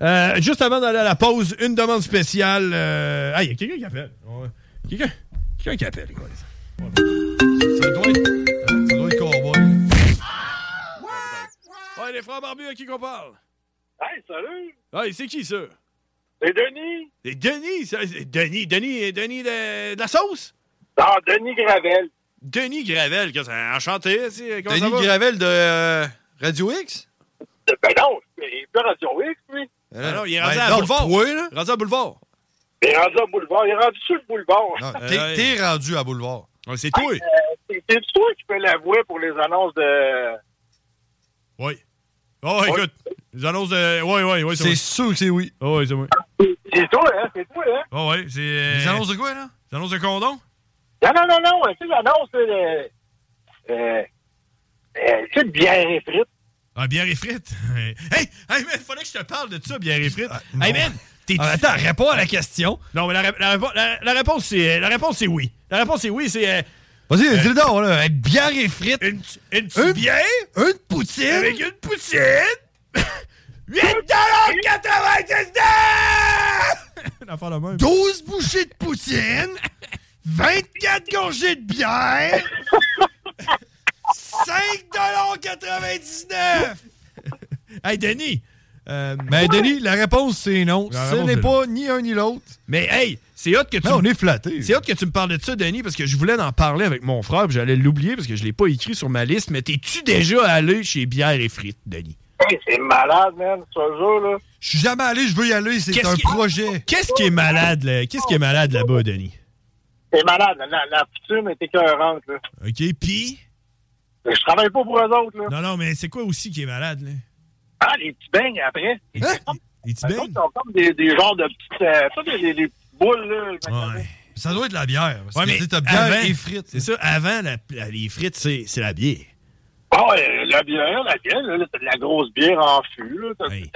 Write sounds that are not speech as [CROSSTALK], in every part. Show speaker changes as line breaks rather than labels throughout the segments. Euh, juste avant d'aller à la pause, une demande spéciale. euh, Ah, il y a quelqu'un qui appelle. Ouais. Quelqu'un quelqu'un qui appelle, quoi. Ça doit être, ça doit être Cowboy. Ouais, les frères barbus, à qui qu'on parle?
Hey, salut!
Ouais, c'est qui, ça?
C'est Denis!
C'est Denis, ça, c'est Denis, Denis, Denis de, de la sauce?
Non, Denis Gravel.
Denis Gravel, que ça, enchanté, tu sais, comment ça
Denis
va?
Gravel de euh, Radio X?
Ben non, il est plus Radio X, lui.
Ah non, il est
Ben,
rendu à
donc,
Boulevard.
toi, là.
Rendu à Boulevard.
Il est rendu au boulevard. Il est rendu sur le boulevard.
Non,
Euh,
t'es,
ouais.
t'es rendu à Boulevard.
Ouais, c'est toi.
Euh, C'est c'est toi qui fais la voix pour les annonces de.
Oui. Oh, écoute, euh, les annonces de. Oui, oui, oui, c'est
C'est
moi.
sûr que c'est oui.
Oh, oui, c'est moi.
C'est toi, hein? C'est toi, hein?
Oh, oui, c'est. euh,
Les annonces de quoi, là?
les annonces de condom?
Non, non, non, non. C'est l'annonce de. Euh. euh, C'est de bière et frites.
Ah, bière et frites. [LAUGHS] hey, hey, man, fallait que je te parle de ça, bière et frites.
Ah,
hey,
non.
man, t'es.
Ah, attends, réponds à la question.
Non, mais la, ré- la répo- la- la réponse, c'est. euh, La réponse, c'est oui. La réponse, c'est oui, c'est. euh,
Vas-y, dis-le donc, là. Hey, bière et frites.
une petite
Une-
bière
Une poutine. [LAUGHS]
avec une poutine. 8,99$! L'affaire la même.
12 bouchées de poutine. 24 gorgées de bière. 5,99$.
Hey, Denis! Euh,
Mais Ben, Denis, la réponse, c'est non.
La
Ce
réponse,
n'est
c'est
pas ni un ni l'autre.
mais hey, c'est hot que tu.
Mais Ben, on est flattés.
C'est hâte que tu me parles de ça, Denis, parce que je voulais en parler avec mon frère, puis j'allais l'oublier parce que je l'ai pas écrit sur ma liste, mais t'es-tu déjà allé chez Bière et Frites, Denis?
Hey, c'est malade, man. Ce jour, là.
Je suis jamais allé, je veux y aller. C'est
Qu'est-ce
un
qui-
projet.
Qu'est-ce qui est malade, là? Qu'est-ce qui est malade là-bas, Denis?
C'est malade. La, la coutume est écœurante, là.
OK, puis...
Je travaille pas pour eux autres, là.
Non, non, mais c'est quoi aussi qui est malade, là?
Ah, les petits beignes après.
Les petits-
Hein?
les petits
Eux
beignes?
autres, sont comme des, des genres de petites. Euh, ça, des, des- des petites boules, là.
Ouais.
Ça doit être la bière. Parce
Ouais,
que,
mais
tu sais, t'as bière
avant-
et frites.
C'est ça, avant, la- la- les frites, c'est c'est la bière.
Bon, euh, la bière, la bière, là, là, c'est de la grosse bière en fût. Là. T'as-
Hey.
[LAUGHS] De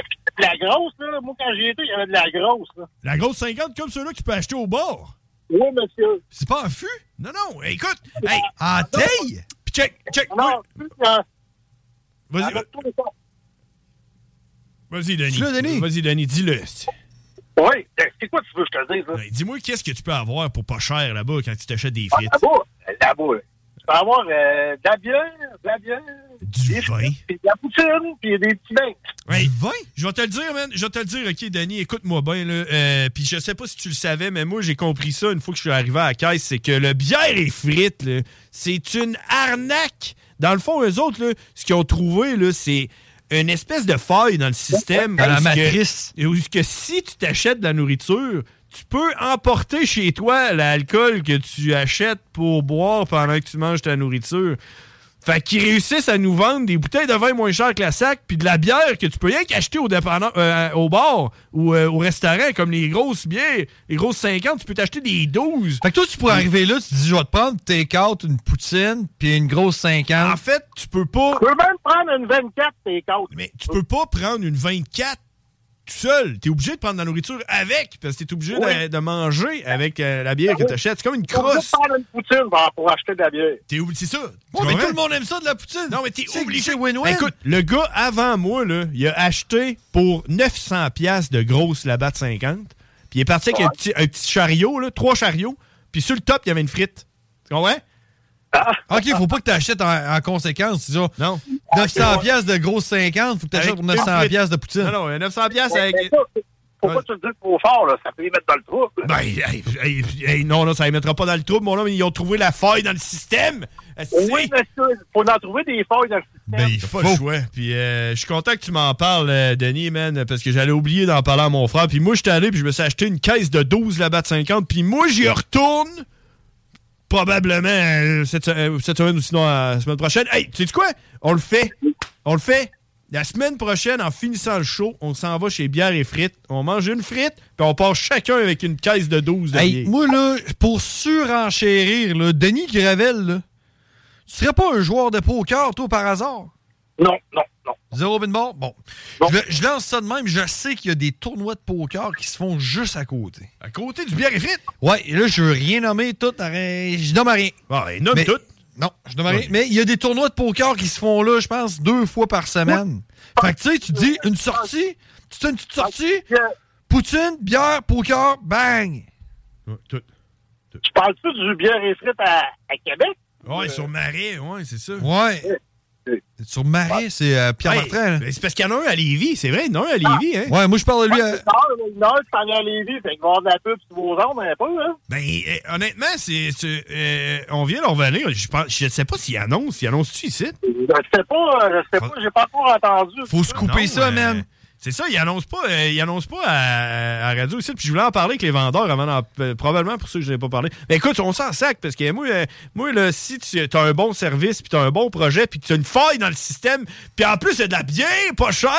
la grosse, là. Moi, quand j'y étais, il y avait de la grosse. Là.
La grosse 50, comme ceux-là que tu peux acheter au bar.
Oui, monsieur.
C'est pas un fût?
Non, non, écoute, hey,
En taille?
puis check, check,
Ah, Non,
moi-
plus, hein,
vas-y,
avec tous les sortes.
vas-y, Denis.
Dis-le, Denis.
Vas-y, Denis, dis-le.
Oui, ben, c'est quoi tu veux que je te dise? Là?
Ouais, Dis-moi, qu'est-ce que tu peux avoir pour pas cher là-bas quand tu t'achètes des
Ah,
frites?
là-bas, là-bas, tu peux avoir euh, de la bière, de la bière,
Du vin.
des frites, puis de la poutine, puis des petits bains.
Ouais.
Du vin?
Je vais te le dire, man. Je vais te le dire, OK, Danny, écoute-moi bien. là. Euh, Puis je sais pas si tu le savais, mais moi, j'ai compris ça une fois que je suis arrivé à la caisse. C'est que le bière et frites, là, c'est une arnaque. Dans le fond, eux autres, là, ce qu'ils ont trouvé, là, c'est une espèce de faille dans le système.
Dans la
où ce que-
matrice.
et où ce que si tu t'achètes de la nourriture, tu peux emporter chez toi l'alcool que tu achètes pour boire pendant que tu manges ta nourriture. Fait qu'ils réussissent à nous vendre des bouteilles de vin moins chères que la sac, puis de la bière que tu peux rien qu'acheter au, dépanneur- euh, au bar ou euh, au restaurant, comme les grosses bières, les grosses 50, tu peux t'acheter des 12.
Fait que toi, tu pourrais arriver là, tu te dis, je vais te prendre take-out, une poutine, puis une grosse 50.
En Ah, fait, tu peux pas
Tu peux même prendre une 24, tes côtes.
Mais tu peux pas prendre une 24 tout seul. T'es obligé de prendre de la nourriture avec, parce que t'es obligé de- de,
Oui.
manger avec euh, la bière que t'achètes. C'est comme une
Tu peux
crosse.
prendre une poutine pour, pour acheter de la bière.
T'es obligé, c'est ça. Tu
Ouais, mais
comprends?
tout le monde aime ça, de la poutine.
Non, mais t'es
C'est-
obligé.
C'est win-win.
Écoute, le gars avant moi, là, il a acheté pour 900 pièces de grosse la batte 50. Puis il est parti avec un, petit, un petit chariot, là, trois chariots. Puis sur le top, il y avait une frite. Tu comprends?
OK, faut pas que tu achètes en, en conséquence. Tu dis,
Ah. Non.
900 pièces de gros 50, faut que tu achètes
Avec
pour
une
900
frite.
pièces de poutine.
Non, non, euh, 900 piastres avec...
Mais ça, Faut pas que tu le dises trop fort, là. Ça peut les mettre dans le trouble.
Ben, hey, hey, hey, non, là, ça les mettra pas dans le trouble, mon homme. Ils ont trouvé la faille dans le système. Asti.
Oui, monsieur, faut en trouver des failles dans le système.
Ben, il
T'as
faut.
pas le choix. Puis euh, je suis content que tu m'en parles, euh, Denis, man, parce que j'allais oublier d'en parler à mon frère. Puis moi, j'étais allé, puis je me suis acheté une caisse de 12 là-bas de 50. Puis moi, j'y retourne probablement euh, cette, se- euh, cette semaine ou sinon euh, la semaine prochaine. Hey, tu sais quoi? On le fait. On le fait. La semaine prochaine, en finissant le show, on s'en va chez Bière et Frites. On mange une frite, puis on part chacun avec une caisse de 12 de
Hey,
bière.
moi, là, pour surenchérir, là, Denis Gravel, là, tu serais pas un joueur de poker, toi, par hasard?
Non, non, non.
Zéro bin ball? Bon.
Bon.
Je, vais- je lance ça de même. Je sais qu'il y a des tournois de poker qui se font juste à côté.
À côté du Bière et Frites.
Ouais, et là, je veux rien nommer, tout. arrête, Je nomme rien.
Bon, et nomme
Mais-
tout.
Non, je demande rien.
Ouais.
Mais il y a des tournois de poker qui se font là, je pense, deux fois par semaine. Fait que tu sais, tu dis une sortie, tu fais une petite sortie,
Euh,
poutine, bière, poker, bang!
Ouais, tout.
Tu parles-tu du bière et frites à, à Québec?
Ouais, sur Marais, ouais, c'est ça.
Ouais. Sur Marais, c'est euh, Pierre
Hey,
Martin. Ah!
ben, c'est parce qu'il y en a un à Lévis, c'est vrai, il y en a un à Lévis, hein?
Ouais, moi je parle de lui. euh, à-
Une heure, là, une heure, tu t'en viens à Lévis, fait que voir de la pub sur vos ondes un peu, hein?
Ben, eh, honnêtement, c'est, c'est, euh, on vient de revenir. Je, pense, je sais pas s'il annonce, il annonce-tu ici?
Je sais pas, je sais pas, j'ai pas encore entendu.
Faut se couper
Non,
ça,
euh,
man.
C'est ça, il annonce pas, euh, il annonce pas à, à radio ici. Puis je voulais en parler avec les vendeurs avant, d'en- euh, probablement pour ceux que je n'ai pas parlé. Mais écoute, on s'en sac parce que moi, euh, moi là, si tu as un bon service, puis tu as un bon projet, puis tu as une faille dans le système, puis en plus, c'est de la bière pas chère,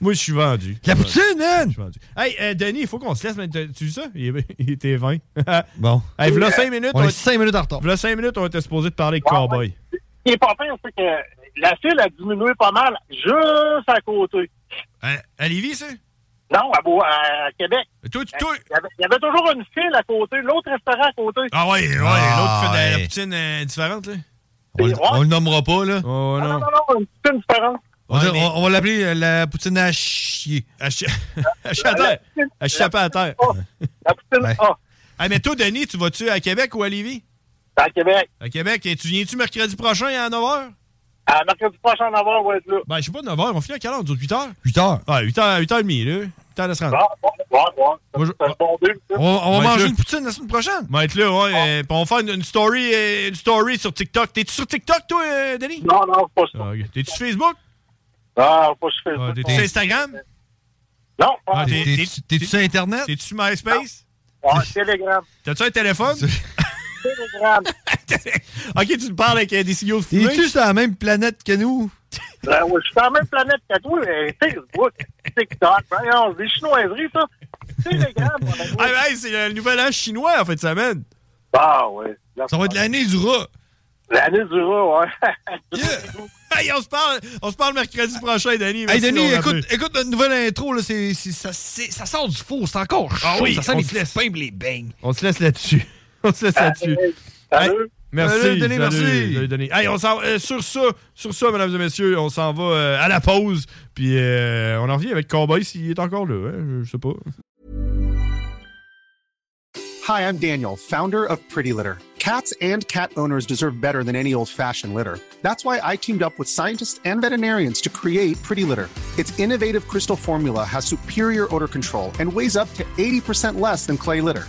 moi, je suis vendu.
La poutine, man!
Je suis vendu. Hey, euh, Denis, il faut qu'on se laisse, mais tu tu dis ça? Il, est- il était 20. [LAUGHS]
Bon.
hey, voilà 5 minutes,
On
on
est 5 minutes en retard.
V'là 5 minutes, on était supposé de parler avec Cowboy.
Ce qui est pas pire, c'est que la file a diminué pas mal juste à côté.
À, Euh, à Lévis, ça?
Non, à, Beau- à Québec.
Euh, Toi, tu-
Il
toi-
y, avait, il y avait toujours une file à côté, l'autre restaurant à côté.
Ah ouais, ouais,
Ah,
l'autre fait de la- la
ouais.
poutine euh, différente, là.
On, on le nommera pas, là.
Oh
Ah, non,
non.
non, non, une petite différence.
On,
Ouais,
va-
mais-
on va l'appeler euh, la poutine à chier.
Elle chi- [LAUGHS] elle chie à terre. Elle chie à terre.
Oh, la ah, poutine
Ben.
Ouais.
A,
Hey, mais toi, Denis, tu vas-tu à Québec ou à Lévis?
c'est à Québec.
À Québec, et tu viens-tu mercredi prochain à 9h?
À mercredi prochain, en avoir, on va être là.
Ben, je sais pas, 9h, on finit à quelle heure? 8h?
8 heures.
Ah, 8h, 8h30, là. 8h de se rendre.
Bon, bon, bon, bon.
Moi, je- Ah.
C'est un bon deal, ça.
On, on va
Ouais,
manger
sûr.
une poutine la semaine prochaine.
On va être là, ouais. euh, puis on va faire une, une story, euh, une story sur TikTok. T'es-tu sur TikTok, toi, euh, Denis?
Non, non, c'est pas ça.
Ah, ok. T'es-tu sur Facebook?
Ah, pas sur
Ah,
Facebook.
T'es-tu sur Instagram?
Non, pas
Ah, t'es-
T'es- t'es- T'es-tu sur Internet?
T'es-tu sur MySpace?
ah, Telegram.
T'as-tu un téléphone?
Telegram.
ok, tu me parles avec euh, des signaux de fumée?
T'es-tu sur la même planète que nous?
Ben, ouais, je suis sur la même planète qu'à toi. euh, Facebook, TikTok, ben, non, des chinoiseries, ça. Telegram,
[LAUGHS]
mon ami.
Ah, ben, hey, c'est le nouvel an chinois en fin de semaine.
Ah, ouais.
Ça va être l'année du rat.
L'année du rat, ouais.
Yeah.
Hey, on se parle, on se parle mercredi prochain, Denis.
Hey
Merci
Denis,
d'avoir appelé.
écoute, écoute notre nouvelle intro, là, c'est, c'est- ça, c'est- ça sort du four, c'est encore chaud.
Ah oui,
ça sent
on
les
se
petits
laisse.
pains pis les beignes.
On se laisse là-dessus. [LAUGHS] On se laisse là-dessus.
[LAUGHS] Salut.
Hey, merci.
Salut, Denis,
salut,
merci.
salut, Denis. Hey, on s'en- euh, sur ça, sur ça, mesdames et messieurs, on s'en va euh, à la pause. Puis euh, on en revient avec Cowboy s'il est encore là. hein, je sais pas.
Hi, I'm Daniel, founder of Pretty Litter. Cats and cat owners deserve better than any old fashioned litter. That's why I teamed up with scientists and veterinarians to create Pretty Litter. Its innovative crystal formula has superior odor control and weighs up to 80% less than clay litter.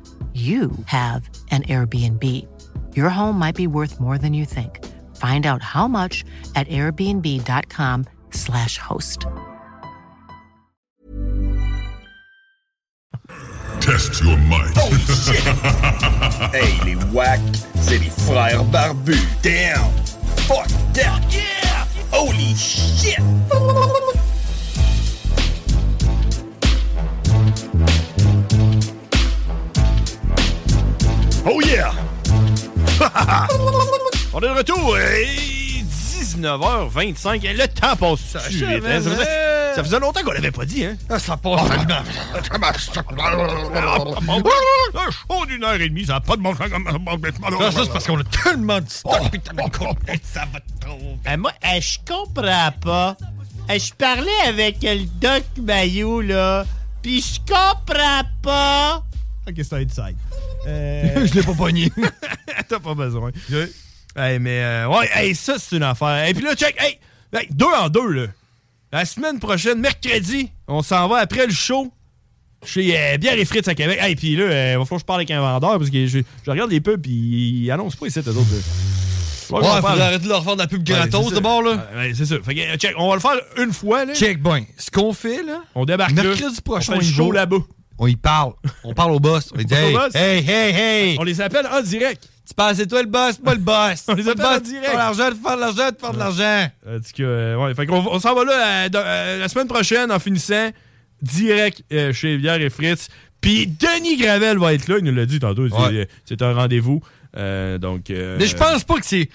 you have an Airbnb. Your home might be worth more than you think. Find out how much at airbnb.com/slash host.
Test, test your might. Oh shit!
Ah.
hey, les wack, c'est les frères barbus. Damn! Fuck that! Yeah! Holy shit!
Oh yeah! [LAUGHS] On est de retour! et 19h25. Et le temps passe
Ça
dessus
achève,
vite, hein? Ça
hein?
faisait, ça faisait longtemps qu'on l'avait pas dit, hein?
Ça passe tellement ben,
Ah, Oh! Un Ah, show d'une heure et demie, ça n'a pas de bon sens comme... Oh,
Ah, ça, c'est parce qu'on a tellement de stock, pis tellement de contenu.
Ah, moi, ah, je comprends pas. Ah, Je parlais avec euh, le Doc Mayou, là, pis je comprends pas. Ok, c'est un
[LAUGHS]
inside.
Je l'ai pas pogné. Euh. [LAUGHS] T'as pas besoin. Hey, mais euh, ouais, hey, ça, c'est une affaire. Et puis là, check, hey, hey, deux en deux, là. La semaine prochaine, mercredi, on s'en va après le show chez euh, Bière et Frites à Québec. Hey, puis là, euh, va falloir que je parle avec un vendeur parce que je, je regarde les pubs, puis ils annoncent pas ici, eux autres. là.
Ouais,
qu'on
faut
parle.
arrêter de leur faire de la pub
ah, Ouais,
gratos,
c'est ça.
d'abord, là.
Ouais, ouais, c'est ça. Fait que, euh, check, on va le faire une fois, là.
Check, bon. Ce qu'on fait, là.
On débarque là.
Mercredi prochain,
on fait
y
le show
va.
là-bas.
On y parle. On parle au boss.
[LAUGHS]
On lui dit,
parle au
hey,
boss.
hey, hey, hey.
On les appelle en direct.
Tu penses, c'est toi le boss, pas le boss.
[LAUGHS] On les
Pas le
appelle en
boss,
direct.
Tu l'argent, tu faire de l'argent, tu faire de l'argent.
En tout cas, euh, ouais. Fait qu'on on s'en va là euh, de- euh, la semaine prochaine en finissant direct euh, chez Bière et Fritz. Puis Denis Gravel va être là, il nous l'a dit tantôt. il dit,
Ouais.
euh, C'est un rendez-vous. Euh, donc. euh,
Mais je pense pas que c'est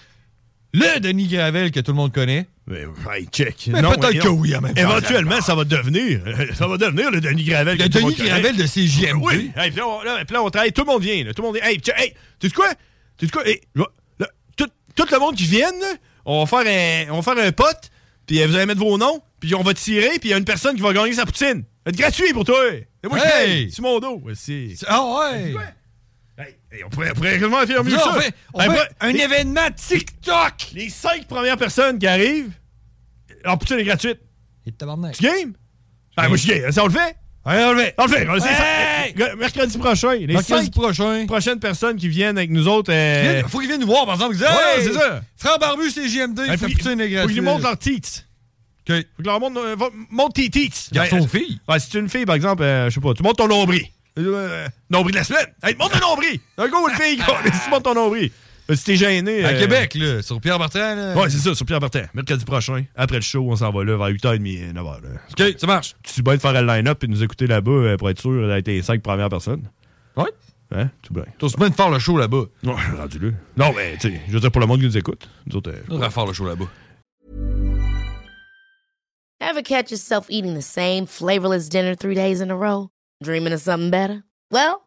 le Denis Gravel que tout le monde connaît.
Mais, hey, check.
Mais peut-être que oui, en même temps.
Éventuellement, ça va devenir. [LAUGHS] Ça va devenir le Denis Gravel. que
Le
tout
Denis
monde connaît.
Gravel de ses JMD.
Oui. Hey, puis là, on, là, puis là, on travaille. Tout le monde vient. là. Tout le monde vient. Hey, tu hey, sais quoi? Tu sais quoi? Hey, là, là, tout, tout le monde qui vient, là, on va faire un, on va faire un pote, puis euh, vous allez mettre vos noms, puis on va tirer, puis il y a une personne qui va gagner sa poutine. Ça va être gratuit pour toi. Et moi, je
Hey!
paye. C'est mon dos. Ouais, c'est-
Ah ouais!
Hey, hey, on pourrait, on pourrait vraiment faire mieux
Là,
que
on
hein. ça. Ben,
fait- on
Hey,
fait
après-
un
les-
événement TikTok!
Les cinq premières personnes qui arrivent, leur poutine est gratuite.
Et tabarnak.
Tu game? Ah, moi, je suis game. Ça, on le fait?
Allez, on le fait.
On le fait. On le sait.
Hey!
Ça- Mercredi prochain. Les
Mercredi
cinq
prochain.
prochaines personnes qui viennent avec nous autres. euh,
Il faut qu'ils viennent nous voir, par exemple. Ils disent,
Ouais,
hey,
c'est ça.
Frère Barbu, c'est JMD.
Hey,
Il
faut
fait
qu'ils-
poutine et
faut qu'ils
gratuit.
nous montrent leurs teats.
OK.
Faut que leur montre, euh, va- montre tes teats.
Garçon
Ben,
ou fille?
Ouais, si tu es une fille, par exemple, euh, je sais pas, tu montes ton nombril. Euh, nombril de la semaine. Hey, montre ton nombril. Un gars ou une fille, gars, tu montes ton nombril. Euh, Si t'es gêné.
À
euh,
Québec, là, sur Pierre Bertrand. Là.
Ouais, c'est ça, sur Pierre Bertin. Mercredi prochain, après le show, on s'en va là vers 8h30, 9h. là.
OK, ça marche.
Tu suis bien de faire le line-up et de nous écouter là-bas euh, pour être sûr d'être les 5 premières personnes.
Ouais.
Hein? Tout bien.
T'as semaine de faire le show là-bas.
Non, rendu-le. Non, mais, tu sais, je veux dire, pour le monde qui nous écoute, nous autres. euh,
On devrait faire le show là-bas.
Ever catch yourself eating the same flavorless dinner three days in a row? Dreaming of something better? Well,